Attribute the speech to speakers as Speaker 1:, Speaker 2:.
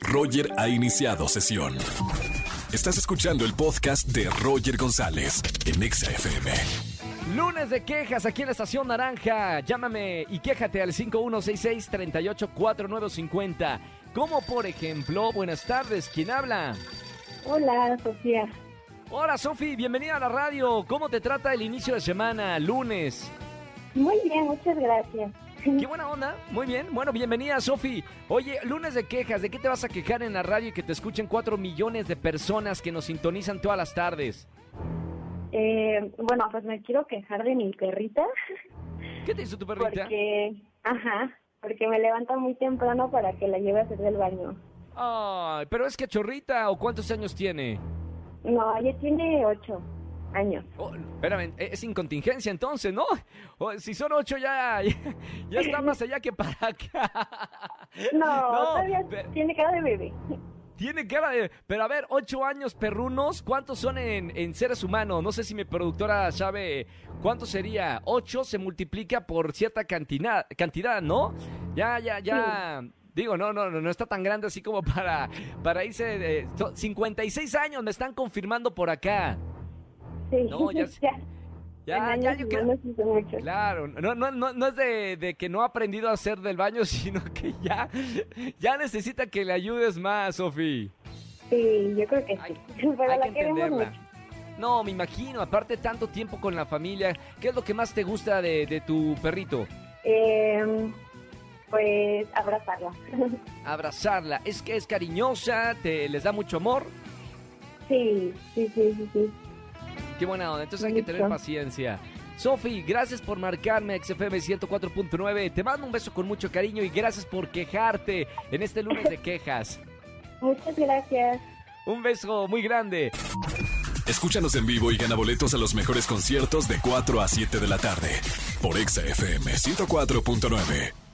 Speaker 1: Roger ha iniciado sesión. Estás escuchando el podcast de Roger González en Exa FM.
Speaker 2: Lunes de quejas aquí en la Estación Naranja. Llámame y quéjate al 5166-384950. Como por ejemplo, buenas tardes, ¿quién habla?
Speaker 3: Hola, Sofía.
Speaker 2: Hola Sofi, bienvenida a la radio. ¿Cómo te trata el inicio de semana, lunes?
Speaker 3: Muy bien, muchas gracias.
Speaker 2: Qué buena onda, muy bien. Bueno, bienvenida Sofi. Oye, lunes de quejas, ¿de qué te vas a quejar en la radio y que te escuchen 4 millones de personas que nos sintonizan todas las tardes?
Speaker 3: Eh, bueno, pues me quiero quejar de mi perrita
Speaker 2: ¿Qué te hizo tu perrita?
Speaker 3: porque, ajá, porque me levanta muy temprano para que la lleve a hacer del baño.
Speaker 2: Ay, pero es que chorrita, ¿o cuántos años tiene?
Speaker 3: No, ella tiene ocho años.
Speaker 2: Oh, espérame, e- es incontingencia entonces, ¿no? O, si son ocho ya, ya, ya está más allá que para acá.
Speaker 3: No, todavía
Speaker 2: pe-
Speaker 3: tiene cara de bebé.
Speaker 2: tiene cara de... Pero a ver, ocho años perrunos, ¿cuántos son en, en seres humanos? No sé si mi productora sabe cuánto sería. Ocho se multiplica por cierta cantidad, cantidad ¿no? Ya, ya, ya... Digo, no, no, no, no está tan grande así como para, para irse... De, so- 56 años me están confirmando por acá.
Speaker 3: Sí,
Speaker 2: No, ya sé.
Speaker 3: en
Speaker 2: Ya,
Speaker 3: años
Speaker 2: ya, yo creo...
Speaker 3: humanos sí son muchos.
Speaker 2: Claro, no, no, no, no es de, de que no ha aprendido a hacer del baño, sino que ya, ya necesita que le ayudes más, Sofi.
Speaker 3: Sí, yo creo que sí.
Speaker 2: Hay-
Speaker 3: Pero
Speaker 2: Hay
Speaker 3: la
Speaker 2: que
Speaker 3: queremos
Speaker 2: entenderla.
Speaker 3: mucho.
Speaker 2: No, me imagino, aparte tanto tiempo con la familia, ¿qué es lo que más te gusta de, de tu perrito?
Speaker 3: Eh, pues abrazarla.
Speaker 2: Abrazarla, es que es cariñosa, te les da mucho amor,
Speaker 3: Sí, sí, sí, sí, sí.
Speaker 2: qué buena onda, entonces hay que tener
Speaker 3: Mucho.
Speaker 2: paciencia. Sofi, gracias por marcarme XFM 104.9, te mando un beso con mucho cariño y gracias por quejarte en este lunes de quejas.
Speaker 3: Muchas gracias.
Speaker 2: Un beso muy grande.
Speaker 1: Escúchanos en vivo y gana boletos a los mejores conciertos de 4 a 7 de la tarde por Exa FM 104.9.